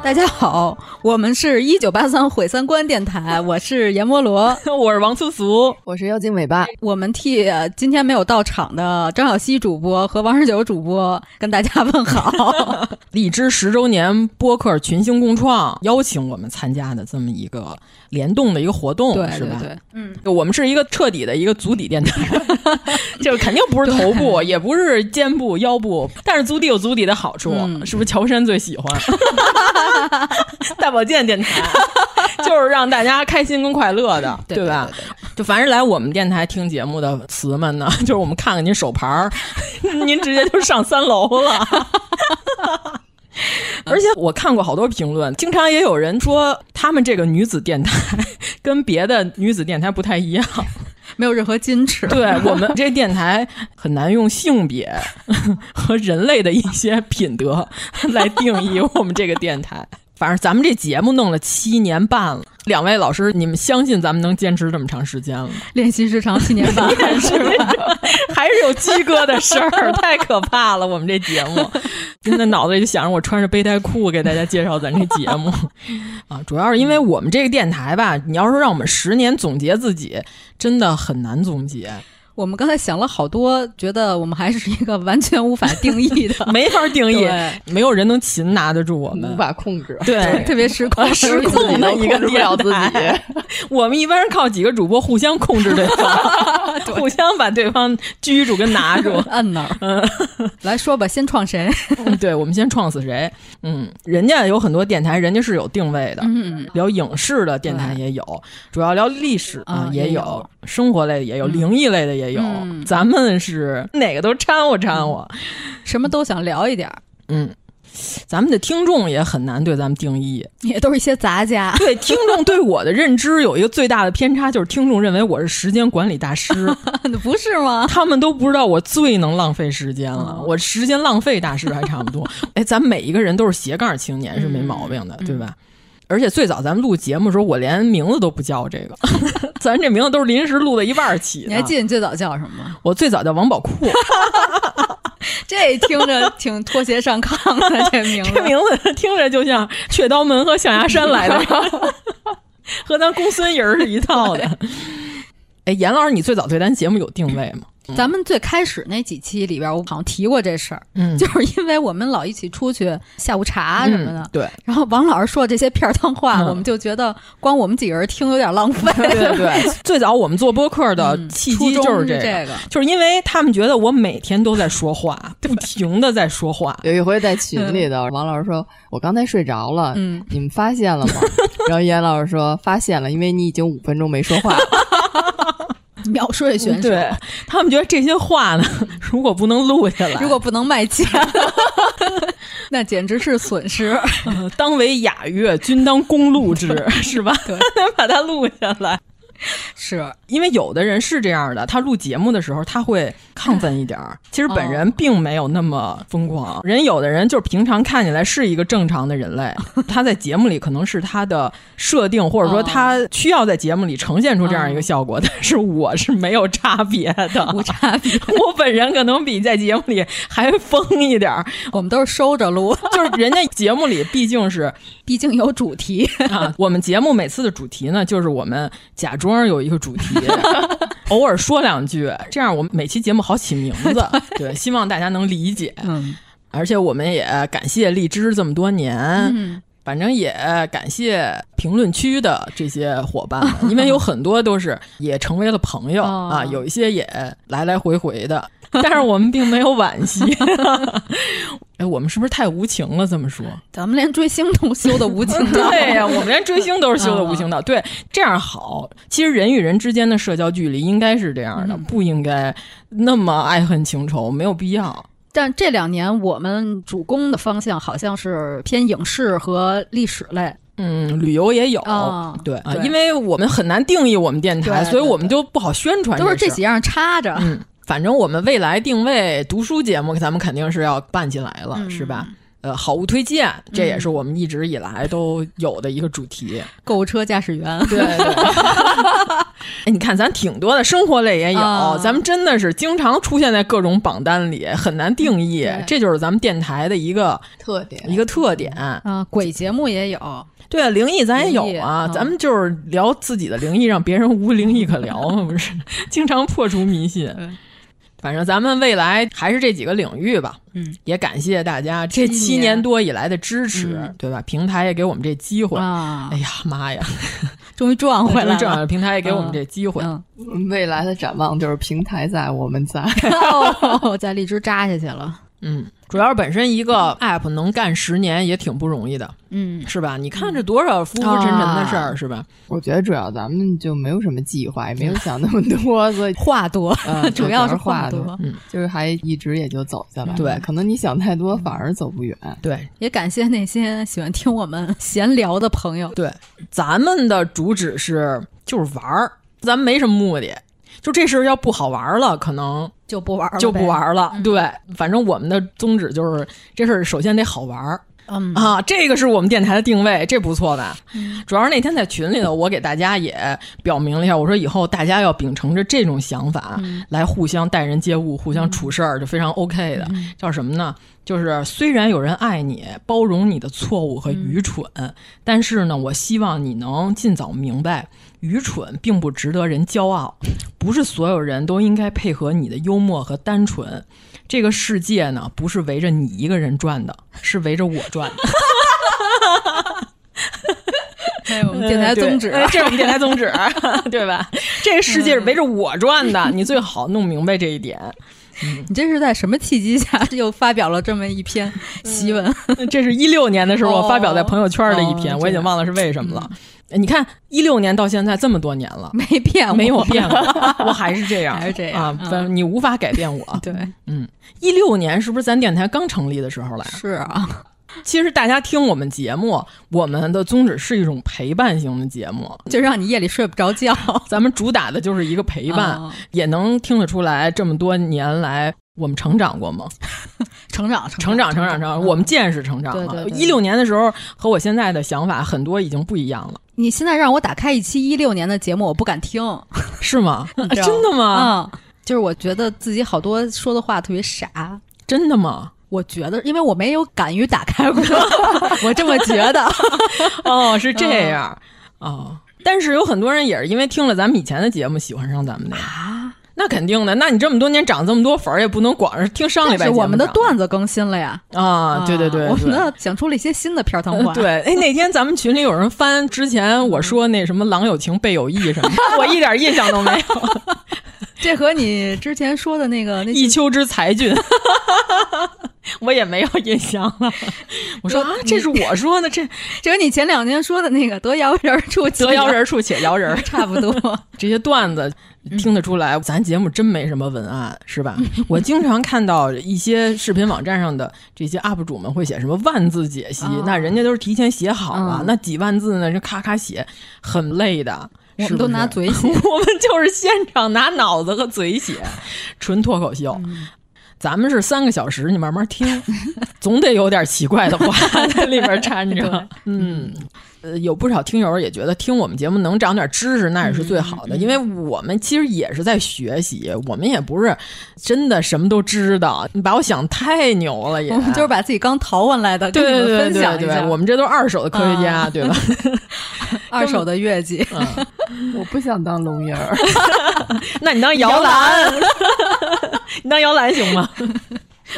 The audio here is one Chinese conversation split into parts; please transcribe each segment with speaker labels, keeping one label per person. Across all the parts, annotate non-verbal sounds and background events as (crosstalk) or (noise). Speaker 1: 大家好，我们是一九八三毁三观电台， (laughs) 我是阎摩罗，
Speaker 2: (laughs) 我是王粗俗，
Speaker 3: 我是妖精尾巴。
Speaker 1: 我们替呃今天没有到场的张小希主播和王十九主播 (laughs) 跟大家问
Speaker 2: (laughs)
Speaker 1: 好。
Speaker 2: 荔枝十周年播客群星共创邀请我们参加的这么一个联动的一个活动，
Speaker 1: 对
Speaker 2: 是吧？
Speaker 1: 对，嗯，
Speaker 2: 我们是一个彻底的一个足底电台， (laughs) 就是肯定不是头
Speaker 1: (laughs)
Speaker 2: 部，也不是肩部、腰部，但是足底有足底的好处，
Speaker 1: 嗯、
Speaker 2: 是不是？乔杉最喜欢。 (laughs) 大保健电台啊就是让大家开心跟快乐的，
Speaker 1: (laughs) 对
Speaker 2: 吧？
Speaker 1: 对对对
Speaker 2: 就凡是来我们电台听节目的词们呢， (laughs) 就是我们看看您手牌儿，您直接就上三楼了。而且我看过好多评论，经常也有人说他们这个女子电台跟别的女子电台不太一样。
Speaker 1: 没有任何矜持，
Speaker 2: 对我们这电台很难用性别和人类的一些品德来定义我们这个电台。反正咱们这节目弄了七年半了，两位老师，你们相信咱们能坚持这么长时间了？
Speaker 1: 练习时长七年
Speaker 2: (laughs)
Speaker 1: 半
Speaker 2: 是吧？ (laughs) 还是有鸡哥的事儿，太可怕了！我们这节 (laughs) 目，真的脑子里就想着我穿着背带裤给大家介绍咱这节目 (laughs) 啊。主要是因为我们这个电台吧，你要是让我们十年总结自己，真的很难总结。
Speaker 1: 我们刚才想了好多，觉得我们还是一个完全无法定义的，
Speaker 2: (laughs) 没法定义，没有人能擒拿得住我们，
Speaker 3: 无法控制，
Speaker 2: 对，
Speaker 1: 特别失控，
Speaker 2: 失
Speaker 1: (laughs)
Speaker 2: 控的一个
Speaker 3: 不了自己。
Speaker 2: 我们一般是靠几个主播互相控制对方， (laughs) 对互相把对方拘住跟拿住，
Speaker 1: 摁那儿。嗯，来说吧，先创谁？ (laughs)
Speaker 2: 对，我们先创死谁？嗯，人家有很多电台，人家是有定位的，
Speaker 1: 嗯，
Speaker 2: 聊影视的电台也有，主要聊历史啊、
Speaker 1: 嗯、
Speaker 2: 也
Speaker 1: 有，
Speaker 2: 生活类也有，灵异类的也有。有， (laughs)
Speaker 1: 嗯、
Speaker 2: 咱们是哪个都掺和掺和，
Speaker 1: 什么都想聊一点儿。
Speaker 2: 嗯，咱们的听众也很难对咱们定义，
Speaker 1: 也都是一些杂家。 (laughs)
Speaker 2: 对，听众对我的认知有一个最大的偏差，就是听众认为我是时间管理大师，
Speaker 1: 不是吗？
Speaker 2: 他们都不知道我最能浪费时间了，嗯、我时间浪费大师还差不
Speaker 1: (laughs)
Speaker 2: 多。哎，咱们每一个人都是斜杠青年，是没毛病的，
Speaker 1: 嗯、
Speaker 2: 对吧？而且最早咱们录节目的时候，我连名字都不
Speaker 1: (laughs)
Speaker 2: 叫这个，咱这名字都是临时录到一半儿起的。
Speaker 1: 你还记得你最早叫什么吗？ (laughs)
Speaker 2: 我最早叫王宝库，
Speaker 1: 这听着挺脱鞋上炕的，这名字，
Speaker 2: 这名字听着就像雀刀门和象牙山
Speaker 1: (laughs)
Speaker 2: 来的，和咱公孙人儿是一套的。哎，严老师，你最早对咱节目有定位吗？
Speaker 1: 咱们最开始那几期里边，我好像提过这事儿，
Speaker 2: 嗯，
Speaker 1: 就是因为我们老一起出去下午茶什么的，
Speaker 2: 嗯、对。
Speaker 1: 然后王老师说这些片儿汤话，
Speaker 2: 嗯、
Speaker 1: 我们就觉得光我们几个人听有点浪费。
Speaker 2: 对对
Speaker 1: (laughs)
Speaker 2: 对，最早我们做播客的呃契机就是
Speaker 1: 这个，嗯
Speaker 2: 这
Speaker 1: 个、
Speaker 2: 就是因为他们觉得我每天都在说话，
Speaker 3: (laughs)
Speaker 2: 不停的在说话。
Speaker 3: 有一回在群里的王老师说：“我刚才睡着了，
Speaker 1: 嗯，
Speaker 3: 你们发现了
Speaker 2: (laughs)
Speaker 3: 吗？”然后严老师说：“发现了，因为你已经五分钟没说话。”
Speaker 1: 秒睡选手，
Speaker 2: (laughs) 嗯对他们觉得这些话呢，如果不能录下来，
Speaker 1: 如果不能卖
Speaker 2: (laughs)
Speaker 1: 钱，那简直是损失。
Speaker 2: 呃、当为雅乐，均当公路之，是吧？
Speaker 1: 对，
Speaker 2: 把它录下 (laughs) 来。
Speaker 1: 是
Speaker 2: 因为有的人是这样的，他录节目的时候他会亢奋一点儿。其实本人并没有那么疯狂，哦、人有的人就是平常看起来是一个正常的人 (laughs) 类，他在节目里可能是他的设定，或者说他需要在节目里呈现出这样一个效果。
Speaker 1: 哦、
Speaker 2: 但是我是没有差别 (laughs) 的，
Speaker 1: 无差别。
Speaker 2: 我本人可能比在节目里还疯一点儿。
Speaker 1: 我们都是收着录，
Speaker 2: 就是人家节目里毕竟是。
Speaker 1: 毕竟有主题 (laughs)
Speaker 2: 啊，我们节目每次的主题呢，就是我们假装有一个
Speaker 1: (laughs)
Speaker 2: 主题，偶尔说两句，这样我们每期节目好起名
Speaker 1: (laughs)
Speaker 2: 字。对，希望大家能理解。
Speaker 1: 嗯，
Speaker 2: 而且我们也感谢荔枝这么多年。
Speaker 1: 嗯。
Speaker 2: 反正也感谢评论区的这些伙伴
Speaker 1: (laughs)
Speaker 2: 们，因为有很多都是也成为了朋友、
Speaker 1: 哦、
Speaker 2: 啊，
Speaker 1: (laughs)
Speaker 2: 有一些也来来回回的，但是我们并没有惋惜。哎，我们是不是太无情了？这么说，
Speaker 1: 咱们连追星都修的无情啊 (laughs) 道。
Speaker 2: 对呀、我们连追星都是修的无情
Speaker 1: 嗯
Speaker 2: 道。对，这样好。其实人与人之间的社交距离应该是这样
Speaker 1: 嗯
Speaker 2: 的，不应该那么爱恨情仇，没有必要。
Speaker 1: 但这两年我们主攻的方向好像是偏影视和历史类。
Speaker 2: 嗯，旅游也有，
Speaker 1: 啊
Speaker 2: 对啊，
Speaker 1: 对
Speaker 2: 因为我们很难定义我们电台，
Speaker 1: 对
Speaker 2: 所以
Speaker 1: 对
Speaker 2: 我们
Speaker 1: 对
Speaker 2: 就不好宣传。
Speaker 1: 都是这
Speaker 2: 这
Speaker 1: 几样插着。
Speaker 2: 嗯，反正我们未来定位读书节目，咱们肯定是要办起来了，
Speaker 1: 嗯
Speaker 2: 是吧？呃，好物推荐，这也是我们一直以来都有的一个主题。
Speaker 1: 购物车驾驶 (laughs) 员，
Speaker 2: 对对。 (laughs) 哎，你看，咱挺多的，生活类也有，
Speaker 1: 啊
Speaker 2: 咱们真的是经常出现在各种榜单里，很难定义。这就是咱们电台的一个
Speaker 3: 特点
Speaker 2: 一个特点。
Speaker 1: 啊，鬼节目也有，
Speaker 2: 对啊，灵异咱也有啊，
Speaker 1: 灵异嗯
Speaker 2: 咱们就是聊自己的灵异，让别人无灵异可聊嘛，不
Speaker 1: (laughs)
Speaker 2: 是？经常破除迷信。
Speaker 1: 嗯
Speaker 2: 反正咱们未来还是这几个领域吧，
Speaker 1: 嗯，
Speaker 2: 也感谢大家这
Speaker 1: 七
Speaker 2: 七
Speaker 1: 年
Speaker 2: 年多以来的支持，
Speaker 1: 嗯
Speaker 2: 对吧？平台也给我们这机会，
Speaker 1: 啊
Speaker 2: 哎呀妈呀，
Speaker 1: 终于撞 (laughs) 回来
Speaker 2: 这
Speaker 1: 了。
Speaker 2: 平台也给我们这机会，
Speaker 1: 嗯，
Speaker 3: 未来的展望就是平台在，我们在。
Speaker 1: (laughs) 哦，在荔枝扎下去了。
Speaker 2: 嗯，主要是本身一个 app 能干十年也挺不容易的，
Speaker 1: 嗯，
Speaker 2: 是吧？你看这多少浮浮沉沉的事儿，是吧？
Speaker 3: 我觉得主要咱们就没有什么计划，也没有想那么多，
Speaker 1: (laughs)
Speaker 3: 所以
Speaker 1: 话多，
Speaker 3: 嗯
Speaker 1: 啊主要
Speaker 3: 主要是
Speaker 1: 话
Speaker 3: 话多嗯
Speaker 1: 多。
Speaker 3: 就是还一直也就走下来了。
Speaker 2: 对
Speaker 3: 可能你想太多，反而走不远。
Speaker 2: 对，
Speaker 1: 也感谢那些喜欢听我们闲聊的朋友。
Speaker 2: 对，咱们的主旨是就是玩儿，咱们没什么目的。就这事儿要不好玩儿了，可能
Speaker 1: 就不玩了，嗯
Speaker 2: 就不玩。儿了。对，反正我们的宗旨就是这事儿首先得好玩儿
Speaker 1: 嗯
Speaker 2: 啊，这个是我们电台的定位，这不错吧？主要是那天在群里头，我给大家也表明了一下，我说以后大家要秉承着这种想法
Speaker 1: 嗯
Speaker 2: 来互相待人接物、互相处事儿，就非常 OK 的。
Speaker 1: 嗯
Speaker 2: 叫什么呢？就是虽然有人爱你，包容你的错误和
Speaker 1: 嗯
Speaker 2: 愚蠢，但是呢，我希望你能尽早明白，愚蠢并不值得人骄傲，不是所有人都应该配合你的幽默和单纯。这个世界呢，不是围着你一个人转的，是围着我转的。
Speaker 1: 哎我们 (laughs) 电台宗
Speaker 2: (laughs)
Speaker 1: 旨
Speaker 2: 哎，这是我们电台宗
Speaker 1: (laughs)
Speaker 2: 旨，对吧？这个世界是围着我转的，你最好弄明白这一点。 (laughs)
Speaker 1: 你这是在什么契机下又发表了这么一篇檄文？
Speaker 2: 这是一六年的时候我发表在朋友圈的一
Speaker 1: 哦
Speaker 2: 篇，
Speaker 1: 哦嗯
Speaker 2: 我已经忘了是为什么了。你看，一六年到现在这么多
Speaker 1: (laughs)
Speaker 2: 年了，
Speaker 1: 没变，
Speaker 2: 没有变过， (laughs) 我还是这样，
Speaker 1: 还是这样
Speaker 2: 啊！
Speaker 1: 嗯
Speaker 2: 反正你无法改变我。
Speaker 1: (laughs) 对，
Speaker 2: 嗯，一六年是不是咱电台刚成立的时候来？
Speaker 1: 是啊，
Speaker 2: 其实大家听我们节目，我们的宗旨是一种陪伴型的节目，
Speaker 1: 就让你夜里睡不着觉。
Speaker 2: 咱们主打的就是一个陪伴，
Speaker 1: 哦
Speaker 2: 也能听得出来，这么多年来我们成长过吗？
Speaker 1: (laughs) 成长，嗯
Speaker 2: 成长，成长，成长，我们见识成长
Speaker 1: 对对
Speaker 2: 了。
Speaker 1: 对
Speaker 2: 一六年的时候和我现在的想法很多已经不一样了，
Speaker 1: 你现在让我打开一期一六年的节目，我不敢听。
Speaker 2: 是吗？
Speaker 1: 你知道
Speaker 2: 真的吗？
Speaker 1: 嗯， (laughs) 就是我觉得自己好多说的话特别傻。
Speaker 2: 真的吗？
Speaker 1: 我觉得，因为我没有敢于打开
Speaker 2: (laughs)
Speaker 1: 过，我这么觉得。
Speaker 2: 哦，是这样哦。但是有很多人也是因为听了咱们以前的节目，喜欢上咱们的啊。那肯定的，那你这么多年涨这么多粉儿，也不能光是听上礼
Speaker 1: 但
Speaker 2: 拜
Speaker 1: 是
Speaker 2: 节目
Speaker 1: 我们的
Speaker 2: 涨
Speaker 1: 段子更新了呀，
Speaker 2: 啊，对对对，
Speaker 1: 我们
Speaker 2: 对
Speaker 1: 的想出了一些新的片儿汤话。
Speaker 2: (laughs) 对，，哎，那天咱们群里有人翻之前我说那什么“郎有情，背有意”什么的， (laughs) 我一点印象都没有。
Speaker 1: 这和你之前说的那个那
Speaker 2: 一丘之才俊， (laughs) 我也没有印象了。我说啊，这是我说的，这
Speaker 1: 这和你前两天说的那个“得饶人处且，
Speaker 2: 得饶人处且饶人儿
Speaker 1: 差 (laughs) 不多。
Speaker 2: 这些段子
Speaker 1: 嗯
Speaker 2: 听得出来，咱节目真没什么文案，是吧？我经常看到一些视频网站上的这些 UP 主们会写什么万字解析，
Speaker 1: 啊
Speaker 2: 那人家都是提前写好
Speaker 1: 嗯
Speaker 2: 了，那几万字呢，就咔咔写，很累的。
Speaker 1: 我
Speaker 2: 是
Speaker 1: 们
Speaker 2: 不
Speaker 1: 都
Speaker 2: 是
Speaker 1: 拿嘴写
Speaker 2: (laughs) 我们就是现场拿脑子和嘴写，纯脱口秀。咱们是三个小时，你慢慢
Speaker 1: (laughs)
Speaker 2: 听，总得有点奇怪的话在里边掺
Speaker 1: (laughs)
Speaker 2: 着。嗯，呃，有不少听友也觉得听我们节目能长点知识，那也是最好
Speaker 1: 嗯
Speaker 2: 的，因为我们其实也是在学习，我们也不是真的什么都知道。你把我想太牛了也，
Speaker 1: 我们就是把自己刚淘换来的，
Speaker 2: 对
Speaker 1: 跟你
Speaker 2: 对
Speaker 1: 们
Speaker 2: 对
Speaker 1: 分享
Speaker 2: 对
Speaker 1: 一
Speaker 2: 对，
Speaker 1: 下。啊
Speaker 2: 我们这都是二手的科学家，对吧？ (laughs)
Speaker 1: 二手的月季， (laughs)
Speaker 3: 我不想当聋人儿， (laughs)
Speaker 1: (laughs)
Speaker 2: 那你当摇篮， (laughs) 你当摇篮行吗？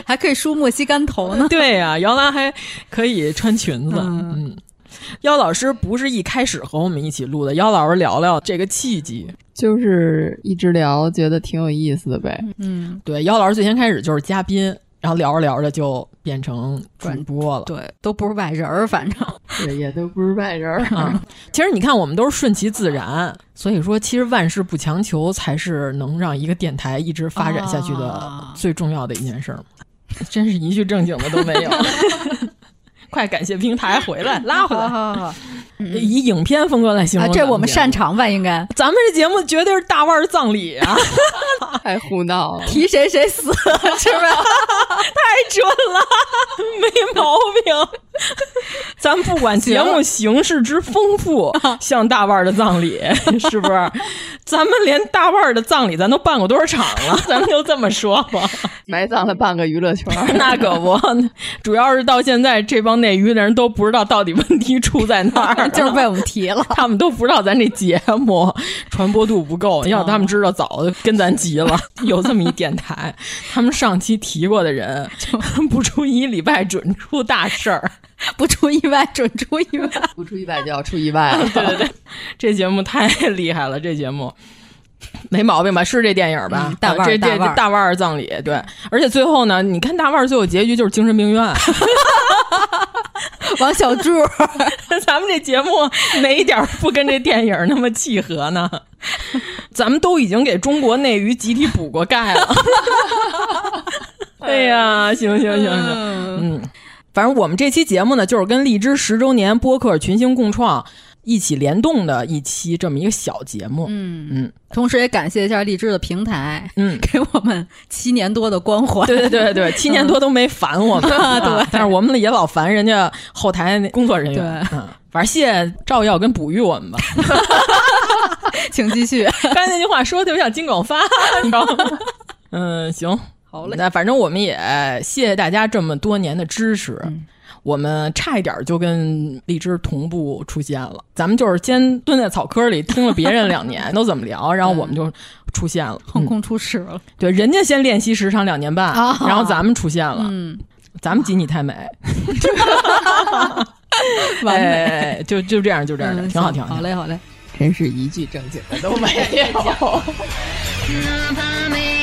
Speaker 1: 还可以梳莫西干
Speaker 3: (laughs)
Speaker 1: 头呢。
Speaker 2: 对呀、摇篮还可以穿裙子。嗯，妖老师不是一开始和我们一起录的，妖老师聊聊这个契机。
Speaker 3: 就是一直聊，觉得挺有意思的呗。
Speaker 1: 嗯，
Speaker 2: 对，妖老师最先开始就是嘉宾，然后聊着聊着就变成主
Speaker 1: 转
Speaker 2: 播了。
Speaker 1: 对，都不是外人儿，反正
Speaker 3: 对，也都不是外人儿
Speaker 2: 啊，其实你看，我们都是顺其自然，所以说，其实万事不强求才是能让一个电台一直发展下去的
Speaker 1: 啊
Speaker 2: 最重要的一件事儿。
Speaker 3: 啊
Speaker 2: 真是一句正经的都没
Speaker 3: (laughs)
Speaker 2: 有。快感谢平台回来拉回来，
Speaker 1: 啊，
Speaker 2: 以影片风格来形容、
Speaker 1: 这我们擅
Speaker 2: 长。
Speaker 1: 长吧？应该
Speaker 2: 咱们这节目绝对是大腕儿葬礼啊， (laughs)
Speaker 3: 太胡闹了。
Speaker 1: 提谁谁死， (laughs) 是吧？
Speaker 2: 太准了，没毛病。 (laughs) 咱不管节目形式之丰富，
Speaker 1: 啊
Speaker 2: 像大腕儿的葬礼是不是？ (laughs) 咱们连大腕儿的葬礼咱都办过多少场了？ (laughs) 咱们就这么说吧。
Speaker 3: 埋葬了半个娱乐圈儿，
Speaker 2: (laughs) 那可不，主要是到现在这帮内娱的人都不知道到底问题出在哪儿了，
Speaker 1: (laughs) 就是被我们提了。
Speaker 2: (laughs) 他们都不知道咱这节目 (laughs) 传播度不够，
Speaker 1: 嗯
Speaker 2: 要是他们知道，早就跟咱急了。 (laughs) 有这么一电台，他们上期提过的
Speaker 1: (laughs)
Speaker 2: 人， (laughs) 不出一礼拜准出大事儿。
Speaker 1: 不出意外，准出意外。
Speaker 3: 不出意外就要出意外了。
Speaker 2: (laughs) 对对对，这节目太 (laughs) 厉害了，这节目。没毛病吧？是这电影吧？
Speaker 1: 嗯大腕儿
Speaker 2: 啊这这
Speaker 1: 大腕儿
Speaker 2: 大腕儿葬礼，对。而且最后呢，你看大腕儿最后结局就是精神病院。 (laughs)
Speaker 1: 王小柱，
Speaker 2: 咱们这节目哪一点儿不跟这电影儿那么契合呢？咱们都已经给中国内娱集体补过钙了。 (laughs) 哎呀，行行行行， (laughs) 嗯，反正我们这期节目呢，就是跟荔枝十周年播客群星共创一起联动的一期这么一个小节目。
Speaker 1: 嗯
Speaker 2: 嗯
Speaker 1: (laughs) 同时也感谢一下荔枝的平台，
Speaker 2: 嗯
Speaker 1: 给我们七年多的光环。
Speaker 2: (laughs) 对对对对，七年多都没烦我们，对，但是我们也老烦人家后台那工作人员。
Speaker 1: 对
Speaker 2: 嗯，反正谢照耀跟哺育我们吧。
Speaker 1: 请继续。
Speaker 2: (laughs) 刚才那句话说的就像金广发， (laughs) 你知道吗？嗯，行，
Speaker 1: 好嘞
Speaker 2: 那反正我们也谢谢大家这么多年的支持。
Speaker 1: 嗯
Speaker 2: 我们差一点就跟荔枝同步出现了，咱们就是先蹲在草坑里听了别人两
Speaker 1: (laughs)
Speaker 2: 年都怎么聊，然后我们就出现了。
Speaker 1: 横 (laughs)
Speaker 2: 嗯
Speaker 1: 空出世了，
Speaker 2: 对，人家先练习时长两年半，
Speaker 1: 啊
Speaker 2: 然后咱们出现了。
Speaker 1: 嗯，
Speaker 2: 咱们锦
Speaker 1: (laughs)
Speaker 2: 你太美， (laughs)
Speaker 1: 完美，
Speaker 2: 哎就就这样，就这样，
Speaker 1: 嗯
Speaker 2: 挺好，
Speaker 1: 行
Speaker 2: 挺好。
Speaker 1: 好嘞，好嘞。
Speaker 3: 真是一句正经的都没有。
Speaker 4: 哪怕没